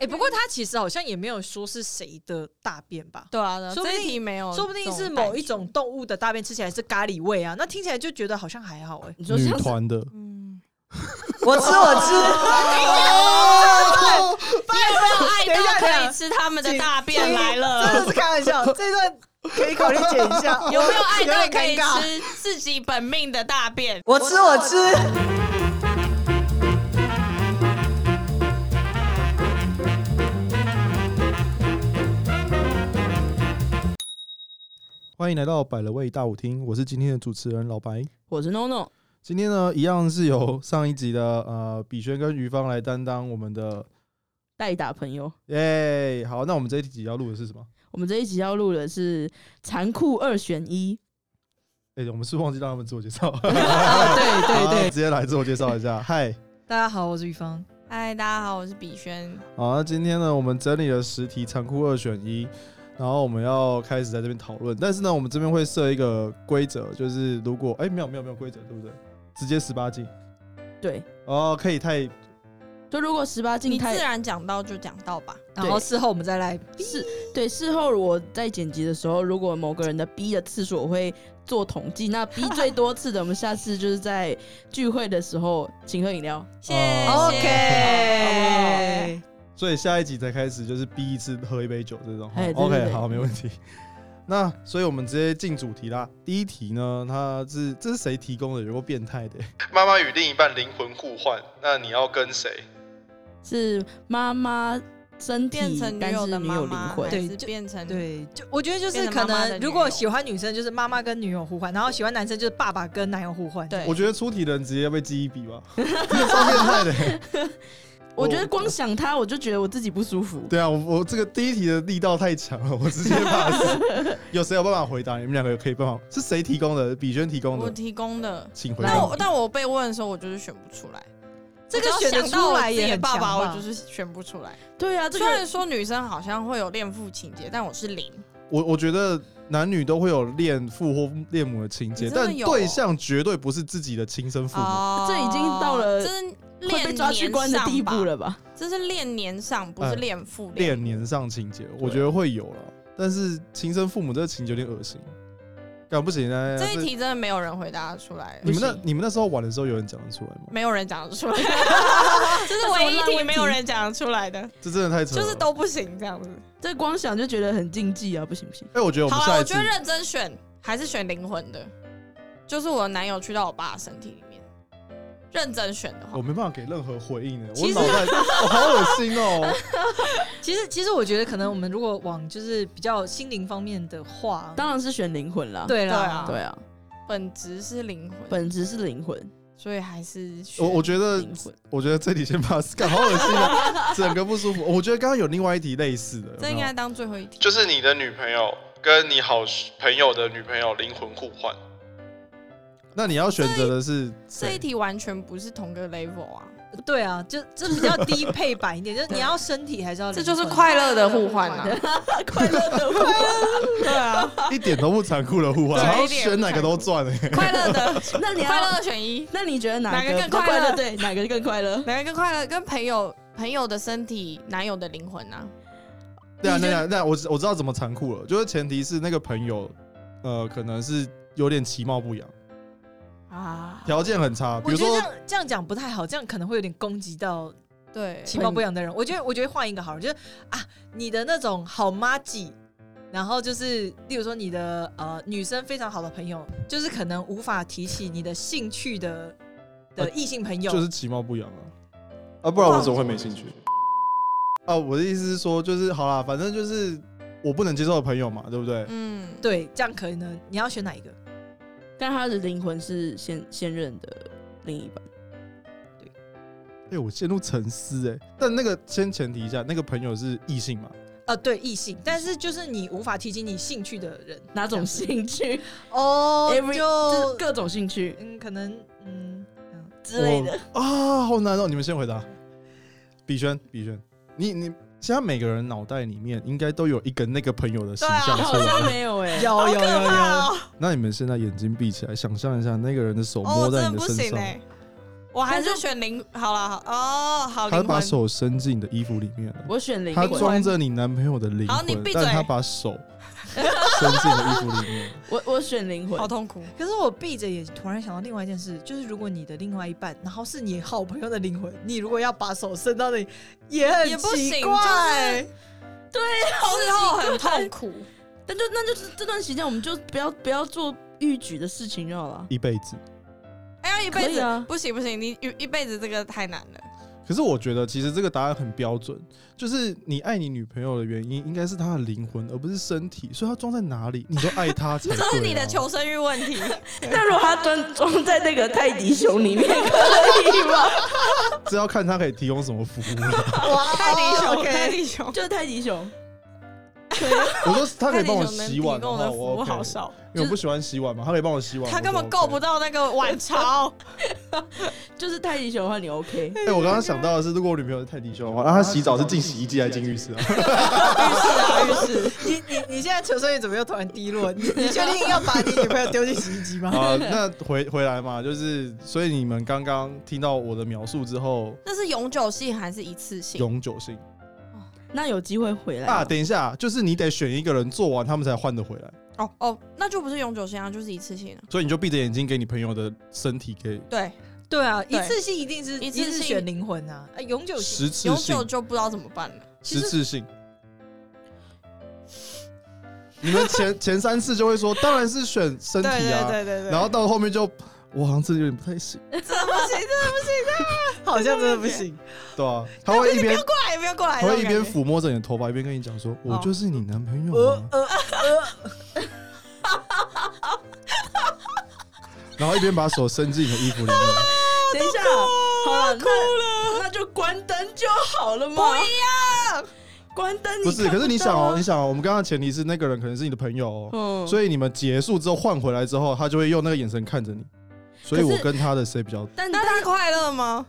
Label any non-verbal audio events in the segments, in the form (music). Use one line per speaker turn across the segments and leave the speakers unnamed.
哎，不过他其实好像也没有说是谁的大便吧？
对啊，对啊
说不
这
定
一题没有，
说不定是某一。种动物的大便吃起来是咖喱味啊，那听起来就觉得好像还好哎、
你说
女
像是
团的，
嗯，
(laughs) 我吃我吃，
你有没有爱
等一下等一
到可
下
以吃他们的大便来
真
了？
的是开玩笑， (laughs) 这段可以考虑剪一下。
有 (laughs) 没有爱到
点
可以
尴尬
吃自己本命的大便？
(laughs) 我吃我吃。
欢迎来到百乐味大舞厅，我是今天的主持人老白。
我是 No No，
今天呢，一样是由上一集的呃比轩跟于芳来担当我们的
代打朋友。
耶。好，那我们这一集要录的是什么？
我们这一集要录的是残酷二选一。
哎、我们是不是忘记让他们自我介绍，
对对
好，直接来自我介绍一下。嗨，
大家好，我是玉芳。
嗨，大家好，我是比轩。
好，那今天呢，我们整理了十题残酷二选一，然后我们要开始在这边讨论。但是呢，我们这边会设一个规则，就是如果哎、没有没有没有规则，对不对？直接十八禁
对，
哦，可以太
就如果十八禁
你自
太
然讲到就讲到吧。
然后事后我们再来，
事对事后我在剪辑的时候，如果某个人的逼的次数，我会做统计。
(laughs)
那逼最多次的，我们下次就是在聚会的时候请喝饮料。
谢
哦
谢。
OK
所以下一集才开始就是逼一次喝一杯酒这种。哦
哎对
OK，
对对
好，没问题。 (laughs) 那所以我们直接进主题啦。第一题呢，它是这是谁提供的？有够变态的、妈妈与另一半灵魂互换，那你要跟谁？
是妈妈身体，
变成女
但
友
是
的
女
妈
友灵
妈，
魂。
还
对
是
就
变成
对，就我觉得就是
变成
可
妈妈的
能
女友
如果喜欢女生就是妈妈跟女友互换，然后喜欢男生就是爸爸跟男友互换。
对
我觉得出题人直接被记一笔吧， (laughs) 这个超变态的、
我觉得光想他，我就觉得我自己不舒服。
对啊，我我这个第一题的力道太强了，我直接 pass。有谁有办法回答？你们两个有可以办法？是谁提供的？比轩提供
我
的，
提供的。
请回
但
答
我。但我被问的时候，我就是选不出来。
这个
我只要
选得
想到
出来
我自己
也
的
很
爸
强
爸，
吧
我就是选不出来。
对啊，这
虽
个
然说女生好像会有恋父情节，但我是零。
我我觉得男女都会有恋父或恋母的情节，
你真的
但
有哦
对象绝对不是自己的亲生父母。
哦
这已经到了
这是
会
恋
被抓去关的地步
年上吧，
了嗯吧？
这是恋年上，不
哎
是恋父
恋
母
年上情节，我觉得会有了，但是亲生父母这个情节有点恶心。干不行啊！
这一题真的没有人回答得出来，
你们那
不行
你们那时候玩的时候，有人讲得出来吗？
没有人讲得 (laughs) 出来，这是唯一一题没有人讲得出来的，
这真的太扯了。
就是都不行这样子。
这光想就觉得很禁忌啊，不行不行。
哎，我觉得我们
好了，
下
我
一次
觉得认真选还是选灵魂的，就是我男友去到我爸的身体里面，认真选的话
我，没办法给任何回应的，欸我
其实
脑袋
(laughs)
我好恶心哦。
其实其实我觉得可能我们如果往就是比较心灵方面的话，
当然是选灵魂啦。
对
对
啦，
啊
对啊，
本质是灵魂，
本质是灵魂，
所以还是选
我我觉
(laughs)
得
灵魂。
我觉得这里先 pass，干好恶心啊，整个不舒服。我觉得刚刚有另外一题类似的，有没
这
有
应该当最后一题。
就是你的女朋友跟你好朋友的女朋友灵魂互换。那你要选择的是
这一
谁？
题完全不是同个 level 啊，
对啊，就这比较低配版一点，就是你要身体
哦
还是要
这
灵
就是
魂
快乐的互换啊。 (laughs)
快乐的 (laughs) 我，
对啊，
一点都不残酷的互换，
对
然后选哪个都赚
(laughs)
哎。
快乐的
那你要
快乐的选一，
那你觉得哪
哪
个
个更快乐
乐？对，哪个更快乐？
哪一个快乐？跟朋友朋友的身体，男友的灵魂啊。
对啊，
你
那
觉
样那样我知我知道怎么残酷了，就是前提是那个朋友，呃，可能是有点其貌不扬，
啊，
条件很差，比
我
如
觉得这
说
样这样讲不太好，这样可能会有点攻击到
对，
其貌不扬的人。我觉得，我觉得换一个好了，就是啊，你的那种好妈鸡，然后就是，例如说你的呃女生非常好的朋友，就是可能无法提起你的兴趣的的
呃
异性朋友，
就是其貌不扬啊，啊，不然我怎么会没兴趣？啊，我的意思是说，就是好啦，反正就是我不能接受的朋友嘛，对不对？
嗯，
对，这样可以呢？你要选哪一个？
但他的灵魂是现现任的另一半，
哎、我陷入沉思哎、但那个先前提一下，那个朋友是异性嘛？
呃，对，异性，但是就是你无法提起你兴趣的人，
哪种兴趣？
哦
Every- 就是
就
各种兴趣
嗯，可能嗯，
之类的。
我啊，好难哦、你们先回答。比轩，比轩，你你现在每个人脑袋里面应该都有一个那个朋友的
啊
形象出
好
来。
像没有哎、
有有有有，
那你们现在眼睛闭起来，想象一下那个人的手
哦，
摸
我真
在
的
你
不
身
行
上，
哎，我还是选灵，好了，好哦，好
他
灵
把
魂，
手伸进你的衣服里面了，
我选灵
他
魂，
装着你男朋友的灵
好你
魂
闭，
但
嘴
他把手 (laughs) 伸进你的衣服里面。
我我选灵魂
好，痛苦。
可是我闭着眼，突然想到另外一件事，就是如果你的另外一半，然后是你好朋友的灵魂，你如果要把手伸到那里，也很
也不行
奇怪。
事后很痛苦，
但就那就是这段时间我们就不要不要做逾矩的事情就好 (laughs) 了。
一辈子。
哎呀，一辈
可以
子、
啊
不行不行，你一一辈子这个太难了。
可是我觉得，其实这个答案很标准，就是你爱你女朋友的原因，应该是她的灵魂，而不是身体。所以她装在哪里，你都爱她才对、啊。
这是你的求生欲问 (laughs) 题，
但如果他装装在那个泰迪熊里面可以吗？
(laughs) 这要看她可以提供什么服务了。
泰迪
哦
熊，
，OK
泰迪熊，
(laughs) 就是泰迪熊，
我说她
泰
可以
迪
帮我
熊能
洗
提
碗
供
话，
哎的服
我、
务
OK、
好，少，
因为我不喜欢洗碗嘛，她可以帮我洗碗。
他根本
我就
够
OK
不。到那个 (laughs) 碗槽。
(laughs)
就是泰迪熊的话你 OK。
哎、我刚刚想到的是，如果我女朋友是泰迪熊的话，那她洗澡是进洗衣机还是进浴室啊？ (laughs)
啊 (laughs) 你你你现在求生欲怎么又突然低落？你你确定要把你女朋友丢进洗衣机吗？
啊，那回回来嘛，就是所以你们刚刚听到我的描述之后，
那是永久性还是一次性？
永久性
那有机会回来吗
啊，等一下，就是你得选一个人做完，他们才换得回来。
哦哦，那就不是永久性啊，就是一次性啊。
所以你就闭着眼睛给你朋友的身体给
对，
(laughs) 对啊，一
对
次性一定是
一次
次
性哎
选灵魂啊，啊永久性
十次
永久
性，
就不知道怎么办了。
其实
十次性。你们前 (laughs) 前三次就会说，当然是选身体啊，
对对对对
然后到后面就我好像自己有点不太行，
(laughs) 好像真的不行。
对啊，他会一边
(laughs) 哎，不要过来！
他会
这
一
种
边
感觉
抚摸着你的头发，一边跟你讲说，我
哦
就是你男朋友
呃
啊，
呃，
(laughs) 然后一边把手伸进你的衣服里面。
哎
等一下，好了，那那就关灯就好了嘛。不一样，关灯你
不是，
看
可是你
到
想哦，
啊
你想哦，我们刚刚前提是那个人可能是你的朋友哦，
嗯以
所以你们结束之后换回来之后，他就会用那个眼神看着你。所以
可是
我跟他的谁比较
但
那他快乐吗？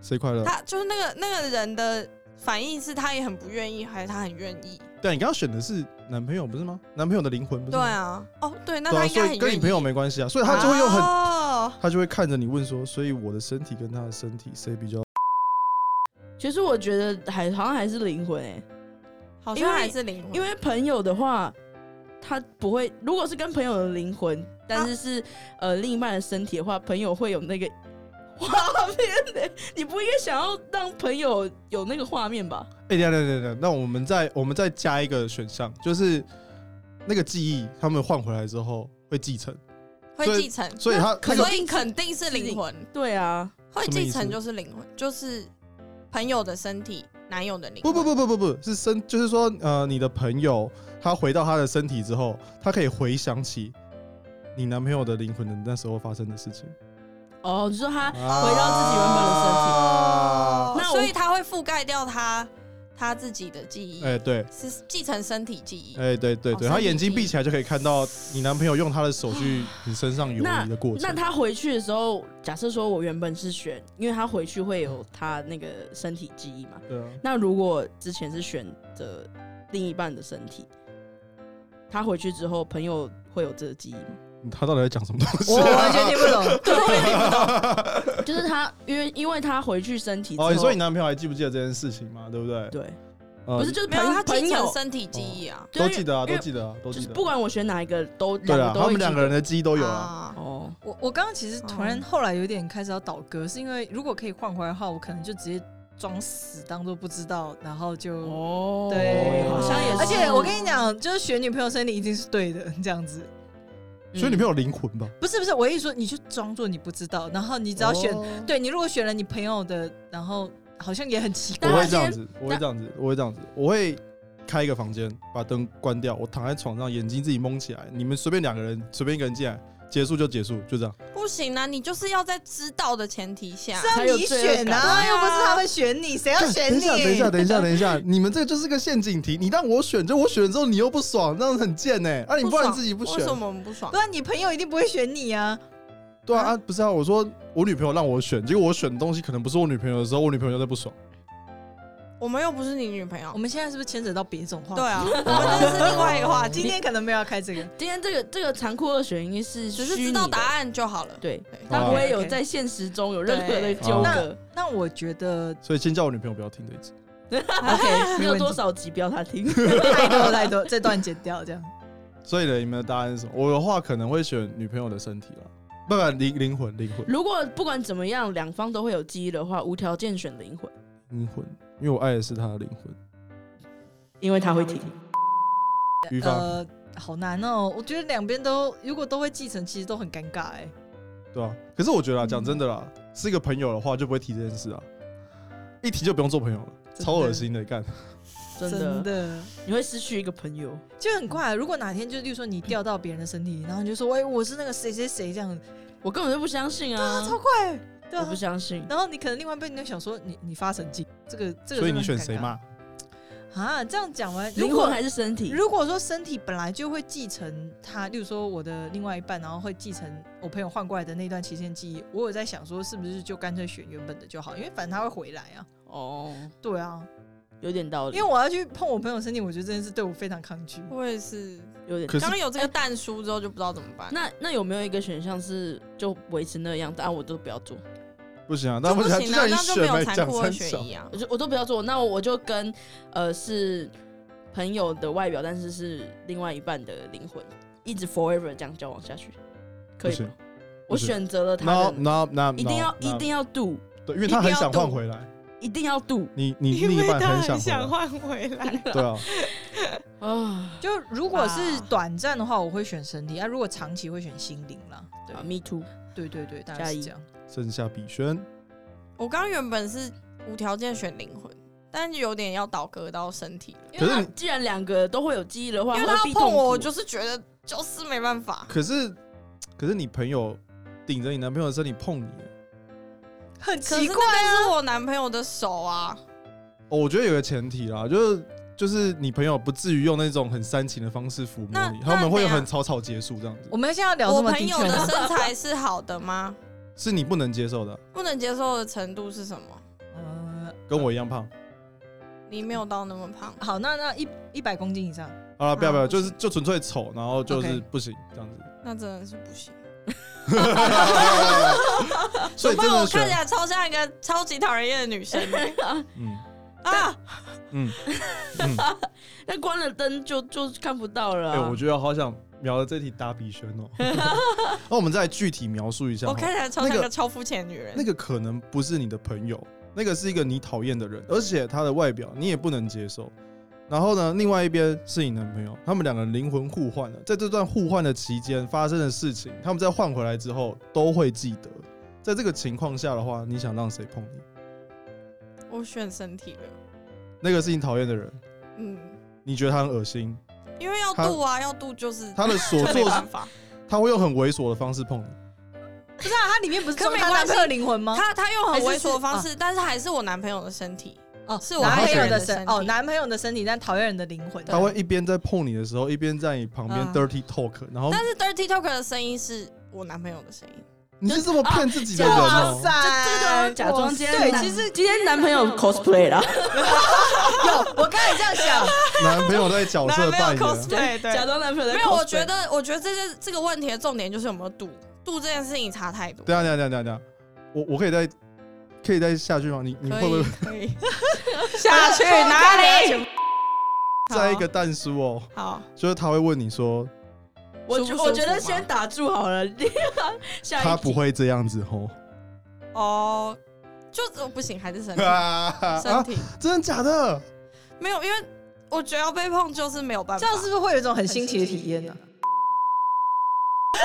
谁快乐？
他就是那个那个人的反应是他也很不愿意，还是他很愿意？
但你刚刚选的是男朋友不是吗？男朋友的灵魂不是
对
吗？
啊，哦对，那
对
他
啊，
应
所
该
以
很
跟
愿
你
意。
朋友没关系啊，所以他就会用很，
哦
他就会看着你问说，所以我的身体跟他的身体谁比较？
其实我觉得还好像还是灵魂哎、
好
因
像
为
还是灵魂，
因为朋友的话，他不会，如果是跟朋友的灵魂，但是是、呃另一半的身体的话，朋友会有那个画面的、你不应该想要让朋友有那个画面吧？
哎，等一下等一下等一下，那我们再我们再加一个选项，就是那个记忆他们换回来之后会继承，所
会
以
继承，
所以他那
所
个
以肯定是灵魂，
对啊，
会继
什么意
承
思
就是灵魂，就是朋友的身体，男友的灵
不
魂。
不不不不不是身，就是说呃，你的朋友他回到他的身体之后，他可以回想起你男朋友的灵魂的那时候发生的事情，
哦，你说他
回
回到自己原本的身体，
哦
啊
(laughs)
那我
所以他会覆盖掉他他自己的记忆，
哎、对。
是继承身体记忆。
哎、对对
哦
对，
身
他
体
眼睛
记忆
闭起来就可以看
(sighs)
到你男朋友用他的手去你身上游移的过程。
啊那他回去的时候，假设说我原本是选，因为他回去会有他那个身体记忆嘛。
对啊，
那如果之前是选择另一半的身体，他回去之后，朋友会有这个记忆吗？
他到底在讲什么东西
我
啊、
完全听不懂。
(laughs) 就是他，因为因为他回去身体之
(laughs)
后，
哦，你说你男朋友还记不记得这件事情嘛？对不对？
对，
呃
不是就是
没
朋
有，他继
朋
承
友，
身体记忆啊。
对
都记得啊，
因为
都记得啊，都
就
记
是
得。
不管我选哪一个都
对
两
啊，
个都
他
会
们
记
两
得
个人的记忆都有啊。
啊
哦，
我我刚刚其实突然后来有点开始要倒戈，是因为如果可以换回来的话，我可能就直接装死，当做不知道，然后就。
哦
对，
好像也是。
而且我跟你讲，就是选女朋友身体一定是对的，这样子。
嗯，
所以你没有灵魂吧？
不是不是，我一说你就装作你不知道，然啊后你只要选，
哦
对你如果选了你朋友的，然后好像也很奇怪
但
我
他
会这样
先
子，我会这样子，我会这样子，我会开一个房间，把灯关掉，我躺在床上，眼睛自己蒙起来，你们随便两个人，随便一个人进来，结束就结束，就这样。
不行啊，你就是要在知道的前提下
是。要
才有
你
罪恶
选
感
啊，
对啊
又不是他们选你，谁要
干
选
等
你？
一下，等
(laughs)
一下，等一下，等一下，你们这个就是个陷阱题，你让我选，就我选了之后你又不爽，那样很贱呢、啊，你不然你自己不
为
选
什，么我们不
(laughs)
爽
不？然你朋友一定不会选你啊！
对啊啊，不是啊，我说我女朋友让我选，结果我选的东西可能不是我女朋友的时候，我女朋友就在不爽，
我们又不是你女朋友
我。们现在是不是牵扯到别种话题？
对啊，我
(laughs)
们这是另外一个话
今
题，
天可能没有要开这个。
今天这个这个残酷二选一是
只是
只
知道答，案就好了。
对，
对
它不
啊
会
哦
有
OK，OK
在现实中有任何的
对
纠
那
葛。
那我觉得啊
(laughs)
所以先叫我女朋友不要听这一集。
OK，
没问
你有
题
多少集不要他听？
太多太多，这段剪掉这样。
(laughs) 所以呢，你们的答案是什么？我的话可能会选女朋友的身体了，不不灵灵魂灵魂
(laughs) 如果不管怎么样，两方都会有记忆的话，无条件选灵魂，
灵魂，因为我爱的是她的灵魂。
因为他会听。
语法、
呃，好难哦，我觉得两边都如果都会继承，其实都很尴尬哎。
对啊，可是我觉得啊，讲真的啦，是一个朋友的话就不会提这件事啊，一提就不用做朋友了，
真的
超恶心的干。
真的，
真的
你会失去一个朋友。
就很快。啊如果哪天就，例如说你掉到别人的身体，然后你就说，喂，我是那个谁谁谁这样，
我根本就不相信啊！
超快，对
我
啊
不。相信。
然后你可能另外一半你就想说，你你发神经，这个这个。
所以你选谁？嘛？
啊，这样讲完，如
灵
果
魂还是身体？
如果说身体本来就会继承他，例如说我的另外一半，然后会继承我朋友换过来的那段期间记忆，我有在想说，是不是就干脆选原本的就好，因为反正他会回来啊。
哦，
对啊，
有点道理，
因为我要去碰我朋友身体，我觉得这件事对我非常抗拒。
我也是，
有点。
可是
刚刚有这个蛋叔之后就不知道怎么办。
那那有没有一个选项是就维持那样，但我都不要做，
不行啊，
这
那
不
行啊，
行啊，这
就叫
样
你
就没
选
有
呗，
残
讲
酷二
三
选
小。
一啊
我。就我都不要做，那我就跟呃是朋友的外表，但是是另外一半的灵魂，一直 forever 这样交往下去，
不
可以
行
吗？我选择了他
No no
的，
no，
一定要一定
要
要 do，
对，因为他很想换回来，
一定要 do
你你另一半想回来，
换回来，
(laughs) 对啊，
(laughs) 啊
就如果是
啊
短暂的话，我会选身体；啊，如果长期会选心灵啦。
啊！Me too，
对对对对，大
加
概是
一
这样。
剩下比轩，
我刚刚原本是无条件选灵魂，但有点要倒戈到身体了，
因为
可
他
是你
既然两个都会有记忆的话，
因为
何
他
必
要
痛
碰
苦
我，
(laughs)
我就是觉得就是没办法。
可是可是你朋友顶着你男朋友的身体碰你，
很
可
奇
是
怪，
那个是我男朋友的手啊，
哦，我觉得有个前提啦，就是。就是你朋友不至于用那种很煽情的方式抚摸
那
你，
那
他们会
等一下
很草草结束这样子
我，们现在要聊
我
这么
朋
低
友
调
的
吗？
身材是好的吗？
是你不能接受的，
不能接受的程度是什么？
呃，
跟我一样胖。
你没有到那么胖，
好，那那一一百公斤以上，
好了，不要
啊
不要，
不
就是
行
就纯粹丑，然后就是
OK
不行
(laughs)
这样子。
那真的是不行。
所以
我
真
怕我
的
看
选
起，来超像一个超级讨人厌的女生
嗯
啊！
嗯嗯，
那关了灯就就看不到了
哎，
啊
我。觉得好想瞄着这题打比轩
(laughs)
哦。那我们再具体描述一下
我
好
看
了，
起来超像一个超肤浅的女人。
那个可能不是你的朋友，那个是一个你讨厌的人，而且他的外表你也不能接受。然后呢，另外一边是你男朋友，他们两个人灵魂互换了，在这段互换的期间发生的事情，他们在换回来之后都会记得。在这个情况下的话，你想让谁碰你？
我选身体了，
那个是你讨厌的人，
嗯，
你觉得他很恶心，
因为要度啊，要度就是
他的
(laughs)
所
就没
作
办法。
他会用很猥琐的方式碰你。
不是啊？它里面不是
可
装
没
他男
关
朋
系
友灵魂吗？
他他用很
还
猥
是
琐的方式，啊但是啊还是我男朋友的身体。
哦，
是我
男朋
讨厌
友
人
的
的
身
身
哦，
体
男朋友的身体，但讨厌人的灵魂。
他会一边在碰你的时候，一边在你旁边
嗯
dirty talk，、然后
但是 Dirty Talk 的声音是我男朋友的声音，
你是这么骗自己的人
哇
哦、
塞，
这个就要假装今天
对，
男
其
(laughs)
实
今天男朋 (laughs) 友 cosplay 啦，
有，我刚才这样想，
(laughs) 男朋友在角色扮演，啊
对
假装男朋友在
没有，我
cosplay
觉得我觉得这是这个问题的重点就是有没有度，度这件事情差太多。
等一下等一下等一下等一下，啊我我可以再可以再下去吗？你你
可
会不会
以可以 (laughs) 下去哪
(laughs)
里？
再一
啊
个蛋叔哦？
好，
就是他会问你说
我
舒
觉
不舒服
我觉得
吗
先打住好了， (laughs) 下一
他
题
不会这样子哦，
好哦，就是我不行，还是身体
(laughs) 啊
身体
真的假的？
没有，因为我觉得要被碰就是没有办法。
这样是不是会有一种很新奇的体验呢？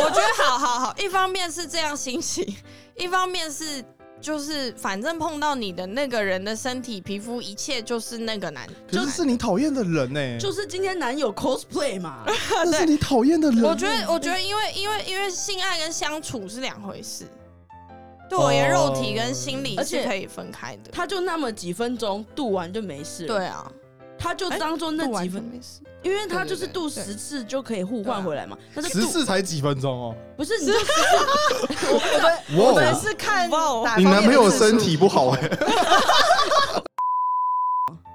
我觉得好好好，一方面是这样心情， (laughs) 一方面是就是反正碰到你的那个人的身体、皮肤，一切就是那个男，
可
就是
是你讨厌的人呢、
就是今天男友 cosplay (laughs) 嘛，
那是你讨厌的人、
我觉得，我觉得因为因为因为性爱跟相处是两回事，对我而言，
哦
肉体跟心理
而且
是可以分开的。
他就那么几分钟度完就没事了，
对，啊，
他哎就当做那
度完
几
全
分，
没事。
因为他就是
对对对
度
对
十次就可以互换回来嘛，但是
十
度
次才几分钟哦、
不是你就
我
哇哦
们是看
哇哦
哪方
你
面的
欸男朋友
次数
身体不好哎、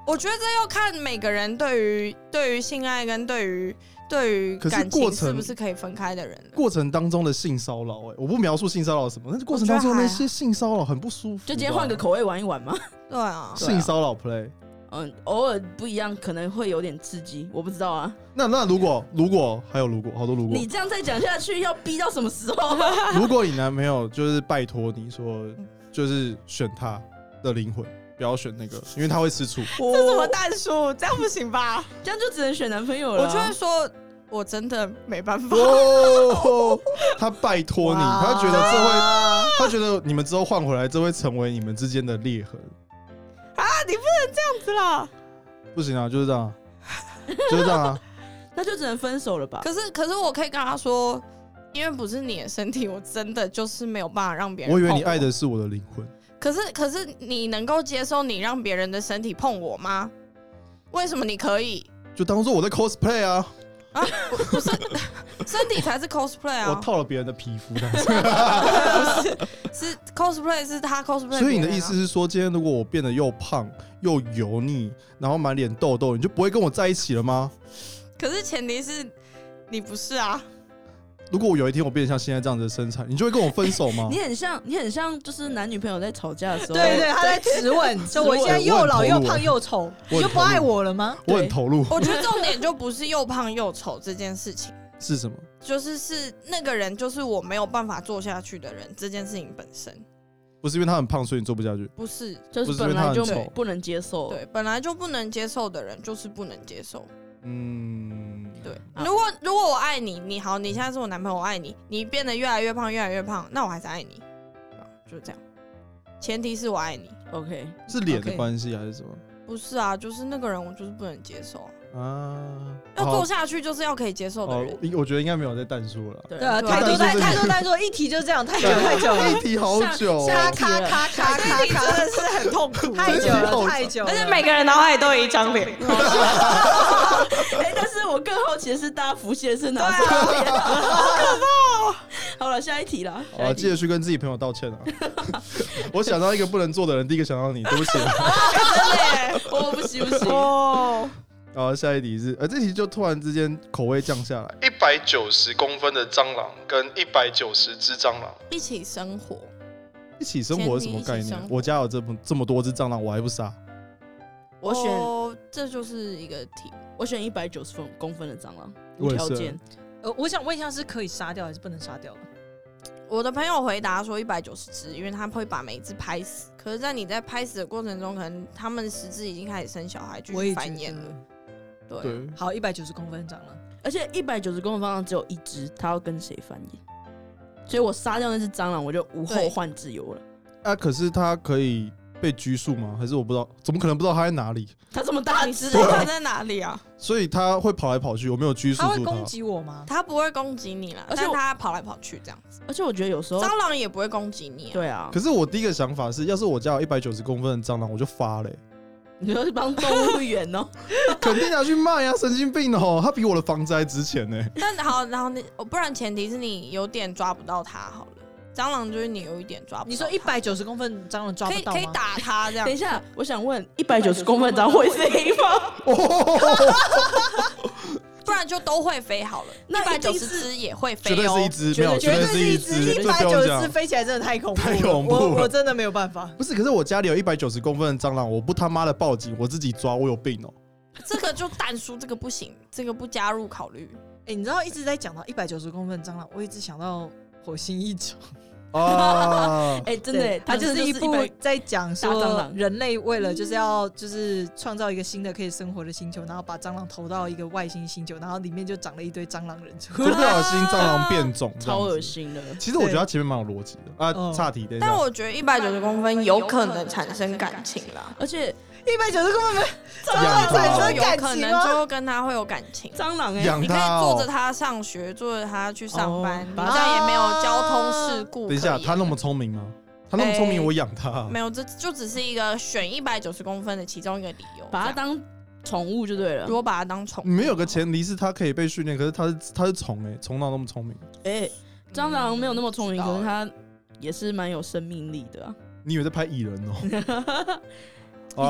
我觉得这要看每个人对于对于性爱跟对于对于
可是
感
过
情
程
是不是可以分开的人了。
过程当中的性骚扰，哎，我不描述性骚扰什么，但是过程当中
我觉
那
得还好
些性骚扰很不舒服吧。
就今天换个口味玩一玩嘛。
对啊，
性骚扰 play。
(laughs) 嗯，偶尔不一样，可能会有点刺激，我不知道啊。
那那如果如果还有如果好多如果
你这样再讲下去，要逼到什么时 (laughs) 候？
(laughs)
如果你男朋友就是拜托你说，
嗯
就是选他的灵魂，不要选那个，因为他会吃醋。
这怎么蛋叔？这样不行吧？
这样就只能选男朋友了啊。
我就会说，我真的没办法。
哦，他拜托哦你，
哇
他觉得这会，他觉得你们之后换回来，这会成为你们之间的裂痕。
啊，你不能这样子啦！
不行啊，就是这样啊，就是这样
(laughs)
啊。
那就只能分手了吧？
可是，可是我可以跟他说，因为不是你的身体，我真的就是没有办法让别人。
我以为你爱，的是我的灵魂，
可是，可是你能够接受你让别人的身体碰我吗？为什么你可以？
就当做我在 cosplay 啊，
不是，身体才是 cosplay
(laughs) 我
啊，
套了别人的皮肤。这样子
是 cosplay 是他 cosplay、啊
所以你的意思？是说，今天如果我变得又胖又油腻，然后满脸痘痘，你就不会跟我在一起了吗？
可是前提是你不是啊。
如果我有一天我变得像现在这样子的身材，你就会跟我分手吗
(laughs) ？你很像，你很像，就是男女朋友在吵架的时候，
对对，他在质问，
(laughs)
说我现在又老又胖又丑，
我
你
很投入
就不爱我了吗？
我很投入，
我觉得重点就不是又胖又丑这件事情，
是什么？
就是是那个人就是我没有办法做下去的人这件事情本身，
不是因为他很胖，所以你做不下去。
不是
就是本来就
不是因为他很丑
不能接受。
对，本来就不能接受的人就是不能接受。
嗯，
对，
啊
如果如果我爱你，你好，你现在是我男朋友，我爱你，你变得越来越胖，越来越胖，那我还是爱你，啊就是这样。前提是我爱你，
，OK，
是脸的
OK
关系还是什么
不是啊，就是那个人我就是不能接受啊，
啊？
要
好
做下去就是要可以接受的
哦
人。，
应我觉得应该没有在淡出了。
对
对啊，
啊，
对啊
太多
但
太
是
太多太多，一提就这样，太久太
(laughs)
久了，
一题好久哦，
啊咔咔咔咔咔
真
咔，
的是很痛苦，
(laughs) 太久了太久了，
每
嗯
个人脑海都有一张脸。
(laughs) 哎，但是我更好奇的是，大家浮现的是哪张脸？好可怕哦！ (laughs) 好了，下一题啦。
好啊，记得去跟自己朋友道歉啊！ (laughs) 我想到一个不能做的人，第一个想到你，对不起。啊
我不行不行，
哦，
然后下一题是，呃，这题就突然之间口味降下来，一百九十公分的蟑螂跟一百九十只蟑螂
一起生活，
一起生活是什么概
建立一起
念
生？活
我家有这么这么多只蟑螂，我还不杀？
我选
哦这就是一个题。
我选一百九十分公分的蟑螂，无
我也
条
是啊
件。
呃，我想问一下，是可以杀掉还是不能杀掉的？
我的朋友回答说一百九十只，因为他会把每一只拍死。可是，在你在拍死的过程中，可能他们十只已经开始生小孩，继续繁衍了。对啊，
对，
好，一百九十公分长了，
而且一百九十公分的蟑螂只有一只，它要跟谁繁衍？所以我杀掉那只蟑螂，我就无后
对
患之忧了。
啊，可是它可以被拘束吗？还是我不知道？怎么可能不知道它在哪里？
它这么大
你
只
知，道他在哪里啊？
所以它会跑来跑去，我没有拘束
他会
住
攻
它。
击我吗？
他不会攻击你啦，
而
而
且
且
我
他跑来跑去这样子，
而且我觉得有
哦
时候，
蟑螂也不会攻击你、啊。
对啊
可，是我第一个想法是，要是我家有一百九十公分的蟑螂，我就
(laughs)
发嘞、
你说是帮动物园哦，
肯定拿去卖呀、神经病哦、它比我的房子还值钱呢、
但好，然后你，哦不然前提是你有点抓不到它好了。蟑螂就是你有一点抓不到它。
你说一百九十公分蟑螂抓
可
不
以
到
可以
吗？
打
(laughs)
它这样
等一。下，我想问，一百九十公分的蟑螂会飞吗？
不然就都会飞好了。
那
一
一
百九
定
十
是
只也会飞
绝对
哦
是一。只，
绝
没
对，
有，
绝对
对是
是一
只，
只，
这
一
不
百
用
九十
讲
只。飞起来真的太恐怖了，
太恐怖了
我我真的没有办法。
不是，可是我家里有一百九十公分的蟑螂，我不他妈的报警，我自己抓，我有病哦、
这个就淡出，这个不行，这个不加入考虑。
哎，你知道一直在讲到一百九十公分蟑螂，我一直想到火星异种。
啊
(laughs)
哎，真的耶，
它就是一部
100
在讲
大蟑
说
螂
人类为了就是要就是创造一个新的可以生活的星球，然后把蟑螂投到一个外星星球，然后里面就长了一堆蟑螂人出
就不
来。 (laughs)
小心蟑螂变
(laughs)
种，这样
超
子
恶。心的。
其实我觉得它前面蛮有逻辑的啊，
嗯
岔题等一下
但。我觉得一百九十公分有可能产生感情啦，
而且
一百九十公分蟑
养
螂
它
产
哦
生
有
感
可
情
能
吗？
就跟他会有感情。
蟑螂哎，
养
你可以
它
坐
哦、
着它上学，坐着它去上班
哦，
你再也没有交通事故可
等
言。
一下，它那么聪明吗？它那么聪明，
哎
我养它啊。
没有，这就只是一个选一百九十公分的其中一个理由。
把它
这样
当宠物就对了
如。果把它当宠物，
你们有个
(laughs)
前提是它可以被训练，可是它是它是虫哎、虫哪有那么聪明？
哎，
嗯
蟑螂没有那么聪明，
不知道
可是它也是蛮有生命力的啊。
(laughs)
你以为在拍蚁人哦、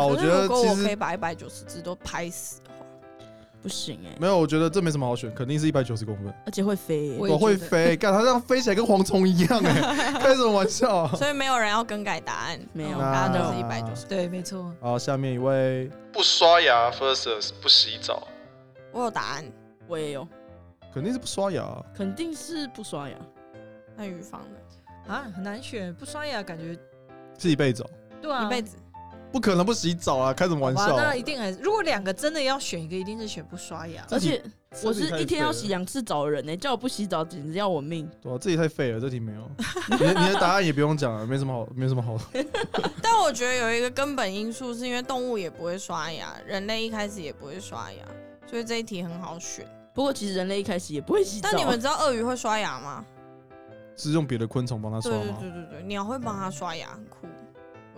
啊，我
可
觉
是
得
如果
其
我可以
实
把一百九十只都拍死的话，
不行哎、
没有，我觉得这没什么好选，肯定是一百九十公分。
而且会飞欸、
我也
我会
觉得
飞，干它这样飞起来跟蝗虫一样
(laughs)
哎、开什么玩笑啊？
所以没有人要更改答案，
没有
大家都是一百
那
九十。
对，没错。
好，下面一位不刷牙 versus 不洗澡，
我有答案，
我也有，
肯定是不刷牙啊、
肯定是不刷牙。
那于芳呢？
啊，很难选，不刷牙感觉
是一辈子、哦，
对啊，
一辈子
不可能不洗澡啊，开什么
好
玩
吧，
笑、
那一定还是，如果两个真的要选一个，一定是选不刷牙。
这
而
题
且我是一天要洗
牙，
两次澡的人呢、欸叫我不洗澡简直要我命。
对啊，这题太废了，这题没有，你的你的答案也不用讲啊了，没什么好，没什么好。
但我觉得有一个根本因素是因为动物也不会刷牙，人类一开始也不会刷牙，所以这一题很好选。
不过其实人类一开始也不会洗澡，
但你们知道鳄鱼会刷牙吗？
是用别的昆虫帮它
对
刷
对
吗？
对对对，鸟会帮它刷牙，很酷。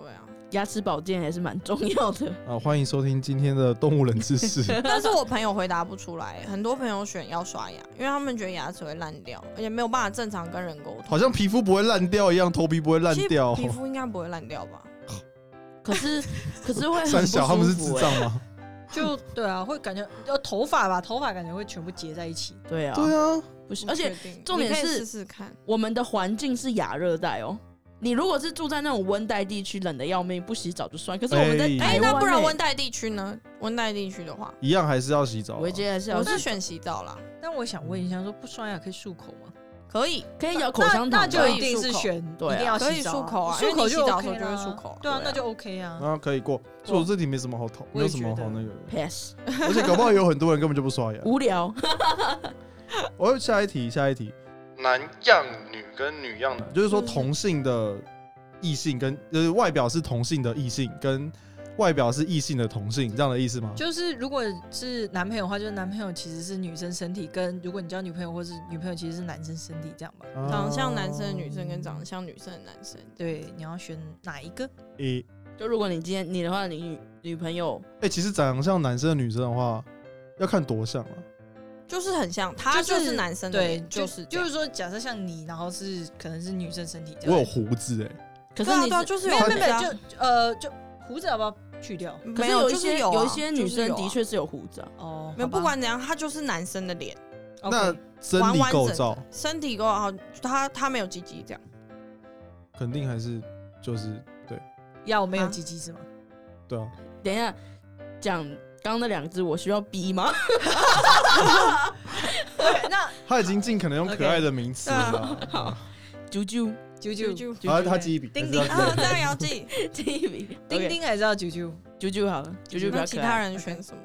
对啊，
牙齿保健还是蛮重要的。
啊，欢迎收听今天的动物冷知识。
但是我朋友回答不出来，很多朋友选要刷牙，因为他们觉得牙齿会烂掉，而且没有办法正常跟人沟通。
好像皮肤不会烂掉一样，头皮不会烂
其实
掉。哦
皮肤应该不会烂掉吧？
可是可是会很
三
不
小他们是
舒
智
服欸
障吗？
就对啊，会感觉呃头发吧，头发感觉会全部结在一起。
对啊，
(laughs) 对啊，
不是，
不
而且
确定
重点
你可以
是
试试看，
我们的环境是亚热带哦。你如果是住在那种温带地区，冷的要命，不洗澡就算。可是我们在
哎
哎、
台湾、欸
那不然温，带地区呢？温带地区的话，
一样还是要洗澡啊。
我觉得还是要
我是
洗，
选洗澡啦，
但我想问一下，说不刷牙可以漱口吗？
可以。
可以咬口
那
香糖吧。
那就一定是选
对啊
一定要
可以
洗澡
漱口啊因为
漱口
你洗
就
澡的
OK
时候就会
啦
漱口啊
对啊，
对啊
那就 OK 啊。
啊，可以过。所以我这题没什么好讨，没
我
有
也
什么
觉
好
得
那个的。
pass
而且搞不好有很多人根本就不刷牙。
无聊。
我要下一题，下一题。男样女跟女样男，就是说同性的异性跟就是外表是同性的异性跟外表是异性的同性，这样的意思吗？
就是如果是男朋友的话，就是男朋友其实是女生身体，跟如果你交女朋友或是女朋友其实是男生身体这样吧。
啊
长得像男生的女生跟长得像女生的男生，
对，你要选哪一个？
哦诶
(laughs) 就如果你今天你的话，你女女朋友
哎、其实长得像男生的女生的话，要看多像啊。
就是很像，他
就
就是是男生的
对，
脸，
就是
这
就
样
是说，假设像你，然后是可能是女生身体这
我
样。
有胡子哎、
可是
对啊
你
对啊，
是
就是
没
有
有
胡
没有
子
没有，
啊，
就呃就胡子要不要去掉？
可
没
是有一
就是
些
有啊
一些女
就是有
生
啊
的确是有胡子啊。
哦，
没有，
好吧
不管怎样，他就是男生的脸，
那
OK
生
完
理
完
构
整
造
整身体构造，他他没有鸡鸡这样，
肯定还是就是对
要没有
啊
鸡鸡是吗？ (laughs)
对啊，
等一下讲刚刚那两只，我需要逼吗？ (laughs)
对，那
他已经尽可能用可
OK
爱的名词了。
啾啾
啾
就
啾
就
然后他记忆笔，
叮
还是要
叮
记
(laughs) 啊，这样要记。
忆笔
(laughs) 第一名，
丁丁还是要啾啾。
啾啾好了，啾啾比较可
那
爱。
其他人选什么？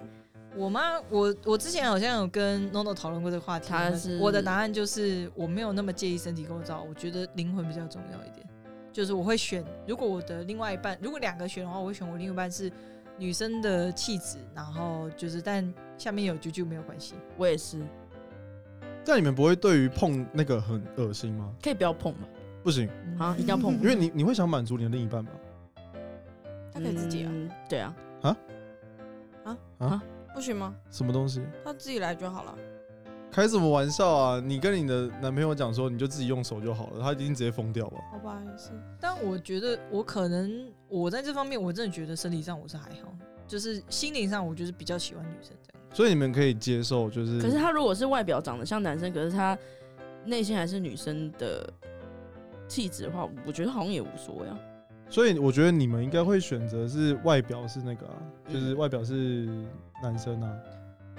我妈，我我之前好像有跟 NONO 讨论过这个话题。
她是
我的答案就是我没有那么介意身体构造，我觉得灵魂比较重要一点。就是我会选，如果我的另外一半，如果两个选的话，我会选我另一半是女生的气质，然后就是但下面有啾啾没有关系。
我也是，
但你们不会对于碰那个很恶心吗？
可以不要
(laughs)
碰吧？
不行，
嗯
啊，一定要碰吗
因为你你会想满足你的另一半吧？
他可以自己啊，
嗯对啊，
不行吗？
什么东西？
他自己来就好了。
开什么玩笑啊！你跟你的男朋友讲说，你就自己用手就好了，他一定直接疯掉吧？
好吧，也是。
但我觉得我可能我在这方面，我真的觉得身体上我是还好，就是心灵上我就是比较喜欢女生这样。
所以你们可以接受，就是
可是他如果是外表长得像男生，可是他内心还是女生的气质的话，我觉得好像也无所谓啊。
所以我觉得你们应该会选择是外表是那个、啊，
嗯
就是外表是男生啊。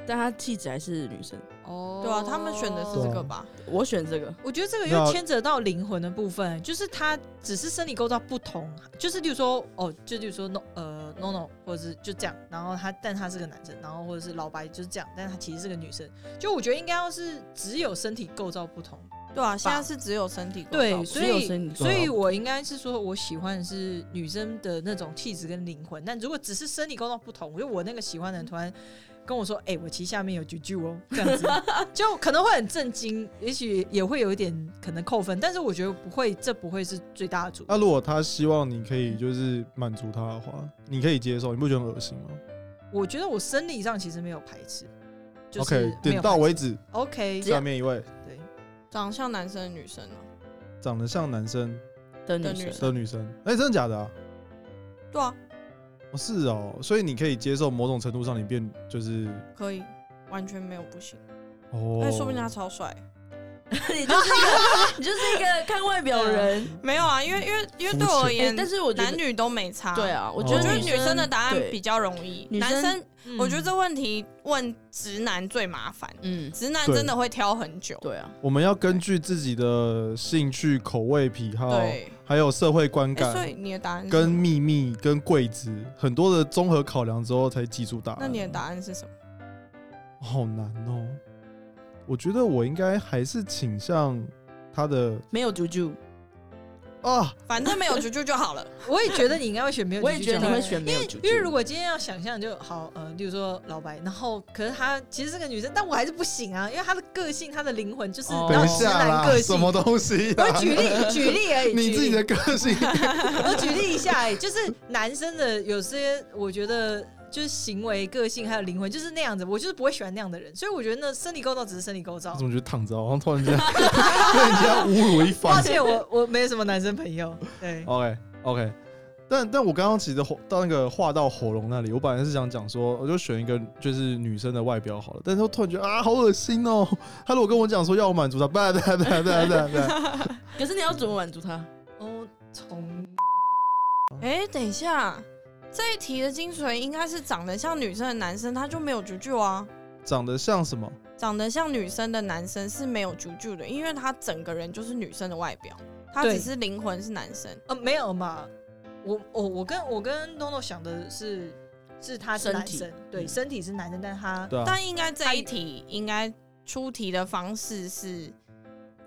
但他气质还是女生，
哦
对啊，他们选的是这个吧？
我选这个。
我觉得这个
那
又牵扯到灵魂的部分，就是它只是生理构造不同，就是例如说，哦，就例如说，no，呃，no no，或者是就这样，然后他，但他是个男生，然后或者是老白就是这样，但他其实是个女生。就我觉得应该要是只有身体构造不同，
哦
对啊，现在是只有身体构造
对，
不
所
只有
以
身体
所以我应该是说我喜欢的是女生的那种气质跟灵魂，但如果只是生理构造不同，就我那个喜欢的人突然跟我说，哎、我其实下面有啾啾
(laughs)
哦，这样子，就可能会很震惊，也许也会有一点可能扣分，但是我觉得不会，这不会是最大的主。
那如果他希望你可以就是满足他的话，你可以接受，你不觉得很恶心吗、
我觉得我生理上其实没有排斥，就
o
是
k 点到为止。
，OK，
下面一位
对，
长得像男生的女生啊呢？
长得像男生
的女
的女
生
生
的女生，哎、真的假的啊？
对啊，
哦是哦，所以你可以接受某种程度上你变就是
可以，完全没有不行。
哦，
那说不定他超帅。
(laughs) 你就是一个，你就是一个看外表人。
没有啊，因为因为因为
肤
对我而
浅
哎
言，，
但是我觉得
男女都没差。
对，啊，我
哦
觉
我
得
觉得
女
女生的答案
对
比较容易，
女
男
生
生
嗯
我觉得这问题问直男最麻烦，
嗯，
直男
对
真的会挑很久。
对啊，
我们要根据自己的兴趣、口味、癖好，
对，
还有社会观
哎，
哦感、
所以你的答案是
跟
什么
秘密、跟柜子很多的综合考量之后，才记住答案。
那你的答案是什么？
好难哦。我觉得我应该还是倾向他的
没有啾啾，
啊，
反正没有啾啾就
(laughs)
好了。
(laughs) 我也觉得你应该会选没有
我
继
也
续
觉得
讲
你
话，
会选没有啾
因为如
啾。
果今天要想象就好，呃，例如说老白，然后可是她其实是个女生，但我还是不行啊，因为她的个性、她的灵魂就是
哦
比
等
较
一
直
下
男
啦，
个
什
性。
么东西
我
啊？
举例举例
(laughs)
而已，
你自己的个性
举例我举例一下、哎，就是男生的有些，我觉得就是行为、个性还有灵魂就是那样子，我就是不会喜欢那样的人，所以我觉得那生理构造只是生理构造
(laughs) 我。怎么觉得躺着好像突然间 (laughs) 被人家侮辱一
抱
番
歉，我 (laughs) 我没有什么男生朋友，对，
？OK OK，但但我刚刚其实吼到那个话到喉咙那里，我本来是想讲说，我就选一个就是女生的外表好了，但是我突然觉得啊，好恶心哦。她如果跟我讲说要我满足她，不然不然不然不然不然不然，
可是你要怎么满足他？
哦，从
哦
哎，等一下，这一题的精髓应该是长得像女生的男生他就没有啾啾啊，
长得像什么？
长得像女生的男生是没有啾啾的，因为他整个人就是女生的外表，他
对
只是灵魂是男生。
呃，没有嘛，我我我跟我跟东东想的是，是他是
身
男
体
生，对，
嗯
身体是男生，但他
对啊，
但应该这一题应该出题的方式是，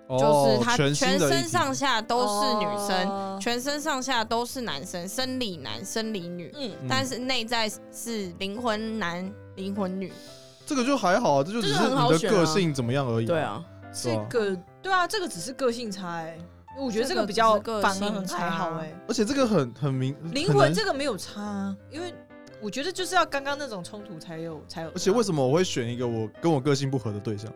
就
哦
是他
全
全
新的一
身
题
上下都是女生，
哦
全身上下都是男生，生理男、生理女，
嗯，
嗯
但是内在是灵魂男、灵魂女。
这个就还好啊，这就只
这
是
个很好
你的
选
个
啊
性怎么样而已。
对，啊，
是
这
吧？
个对啊，这个只是个性差、欸，我觉得这
这
个
个
比较
只是个
反而
性
很还好
差啊
哎、
而且这个很很明
灵
很
魂
难
这个没有差、啊，因为我觉得就是要刚刚那种冲突才有才有差，啊
而且为什么我会选一个我跟我个性不合的对象？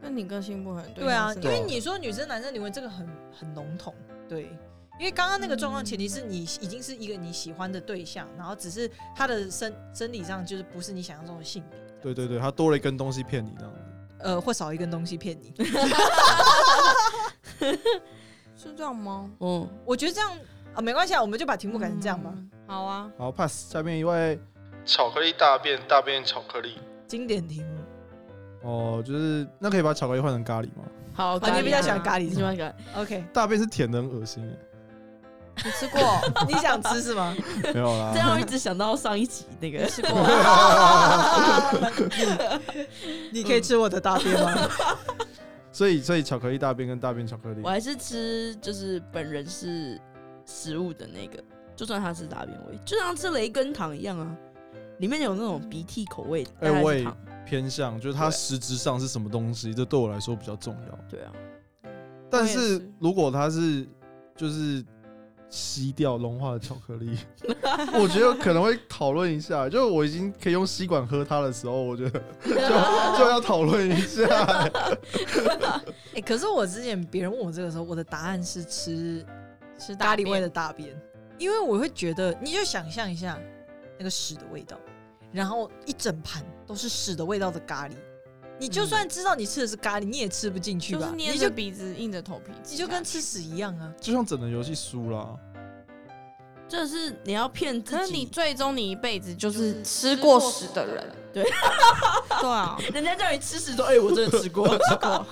那你个性不合，
对啊，因
象是
为
吗
你说女生男生灵魂这个很很笼统，对。因为刚刚那个状况，前提是你已经是一个你喜欢的对象，然后只是他的生生理上就是不是你想象中的性别，
对对对，他多了一根东西骗你这样子。
呃，或少一根东西骗你。 (laughs)
是这样吗？
嗯，
我觉得这样啊，没关系啊，我们就把题目改成这样吧。
嗯。好啊，
好，pass。下面一位，巧克力大便，大便巧克力。
经典题目，
哦，就是那可以把巧克力换成咖喱吗？
好，
啊，
咖
你
喱
比较
啊
喜欢咖喱
你
是
喜
吗
欢咖喱？
？OK，
大便是甜的，很恶心欸
(laughs)
耶。
你吃过？
嗯 (laughs) 你嗯想吃是吗？
没有啦，
这样我一直想到上一集那个 (laughs)
你吃过？
你可以吃我的大便吗？
所以所以巧克力大便跟大便巧克力
我，还是吃，就是本人是食物的那个，就算它是大便味，就像吃雷根糖一样啊，里面有那种鼻涕口味，
哎
但它是
我也
糖，
偏向就是它
对
实质上是什么东西，这对我来说比较重要。
对啊，
但
我也
是
是
如果它是就是吸掉融化的巧克
(laughs)
力，我觉得可能会讨论一下。就我已经可以用吸管喝它的时候，我觉得
(laughs)
就就要讨论一下、
(laughs)
欸
哎、可是我之前别人问我这个时候，我的答案是吃
(laughs) 吃
咖
大
喱味
便
的大便，因为我会觉得，你就想象一下那个屎的味道，然后一整盘都是屎的味道的咖喱，你就算知道你吃的是咖喱，你也吃不进去
就是
吧？
捏
你
着
就
鼻子硬着头皮吃下去，啊
你就跟吃屎一样啊！
就像整个游戏输啦，
这是你要骗自己，
可是你最终你一辈子就是吃过屎的人，
对
对啊，
人家叫你吃屎
(laughs)
说，哎、我真的吃过，吃过，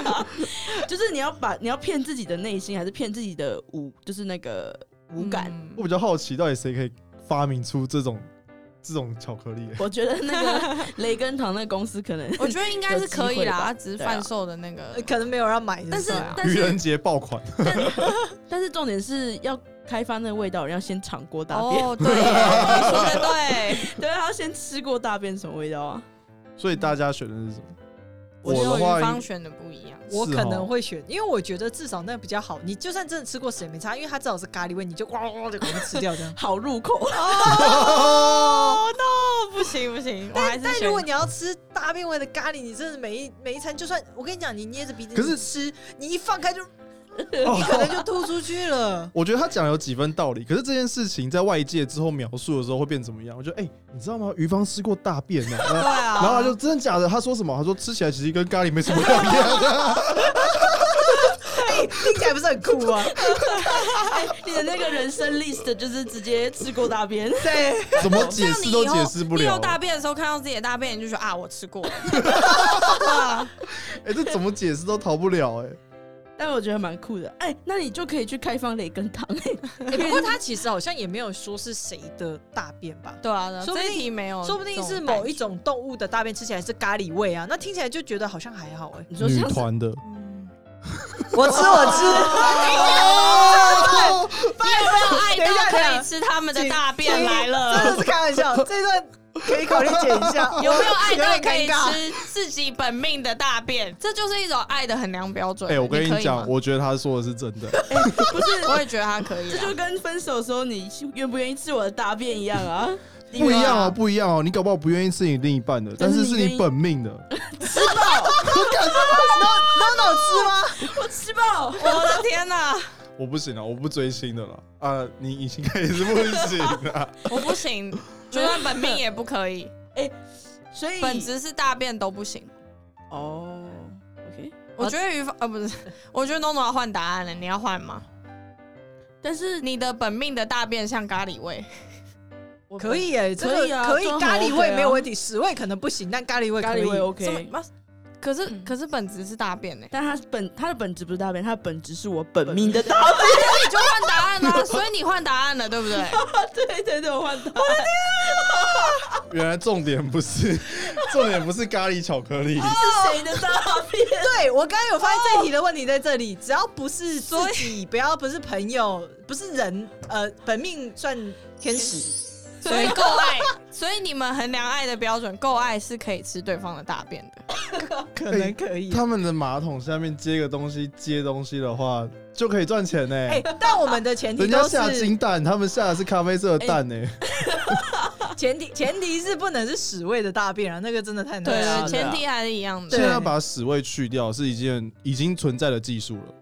(laughs) 就是你要把你要骗自己的内心，还是骗自己的五，就是那个五感。
嗯
我比较好奇到底谁可以发明出这种这种巧克力、欸
我觉得
(laughs)
那个雷根糖那个公司可能，
我觉得应该是可以啦，它只是
对啊
贩售的那
呃
个。
可能没有人要买的，
但是
对啊
但
愚人
是
节爆款， (laughs)
但是重点是要开发那个味道，要先尝过大便，
哦，对，你说的对。
(laughs) 对，啊要先吃过大便什么味道啊？。
所以大家选的是什么？我
只有
的
鱼
话
方
应，
选的不一样。
我
是
可能
哦
会选，因为我觉得至少那比较好。你就算真的吃过屎也没差，因为它至少是咖喱味，你就呱呱呱就给它吃掉这 (laughs) 样
好入口， (laughs)
哦 no，不行不行，我还是
但
选
如果你要吃大便味的咖喱，你真的每一每一餐，就算我跟你讲，你捏着鼻子
可是
(laughs) 你吃，你一放开就你可能就吐出去了。
我觉得他讲有几分道理，可是这件事情在外界之后描述的时候会变怎么样？我觉得，哎、你知道吗？鱼方吃过大便呢、 (laughs) 然后
啊
然后他就真的假的？他说什么？他说吃起来其实跟咖喱没什么两样。啊
听起来不是很酷
啊
(laughs) 吗？
你的那个人生 list 就是直接吃过大便， (laughs)
对，
怎么解释都解释不
你以
了
后。大便的时候看到自己的大便，你就说啊，我吃过了。
哎、这怎么解释都逃不了、哎，
但我觉得蛮酷的。哎、那你就可以去开放雷根糖、哎
欸不过他其实好像也没有说是谁的大便吧。
对啊，对啊
说不
这
定
一题
哦
没有，
说不定是某一。种动物的大便吃起来是咖喱味啊，那听起来就觉得好像还好哎、
你说
女
像是
团的，
我吃我吃，
哦
(laughs)
你有没有爱
等一
到
下等一
可
下
以吃他们的大便来
真
了？
的是开玩
(laughs)
笑，这段可以考虑剪一下。
有没有爱到
点
可以
尴尬
吃自己本命的大便？这就是一种爱的衡量标准。
哎、我跟
呃可
你
以吗
讲，我觉得他说的是真的。
不是，我也觉得他可以
这
啊。
就跟分手的时候你愿不愿意吃我的大便一样 (laughs) 啊！
不一样哦，不一样哦，你搞不好不愿意是你另一半的，但
但是
是是
你愿
你
意
本命的。
都脑吃吗？
我吃爆，
我的天哪、
我不行了，我不追星的了。啊，你已经开始不行啊
(laughs)
了。
我不行，就算本命也不可以，
所以
本质是大便都不行。
哦，OK。
我觉得于方呃不是，我觉得诺诺要换答案了，你要换吗？
但是
你的本命的大便像咖喱味，
我
可以哎、这个
可以啊
可以
这样很
咖喱味
OK 啊
没有问题，屎味可能不行，但咖喱味
咖
可
喱味
以。
什么
OK，？
可是可是本质是大便呢、
但它本它的本质不是大便，它的本质是我本命的大
你就换答案 (laughs) 啦、所以你换答案了，对不 (laughs) 对？啊
便。 (laughs) 对对对，我换它。
原来重点不
(laughs)
是，重点不是咖喱巧克
啊
力。
是谁的大便？
对我刚刚有发现这一题的问题在这里，只要不是自己，不要不是朋友，不是人，呃，本命算天使。
所以够爱，所以你们衡量爱的标准，够爱是可以吃对方的大便的。
(laughs) 可
能
可以
他们的马桶下面接个东西，接东西的话就可以赚钱呢、
哎、但我们的前提
人家
都
下
是哎
金蛋，他们下的是咖啡色的蛋呢、
前提前提是不能是屎味的大便啊，那个真的太难
对，
吃了。
啊
前提还是一样的。
现在把屎味去掉是一件已经存在的技术了，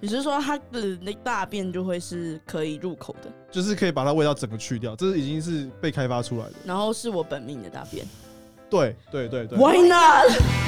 你是说它的那大便就会是可以入口的，
就是可以把它味道整个去掉，这是已经是被开发出来的。
然后是我本命的大便
对对对对。
？Why not？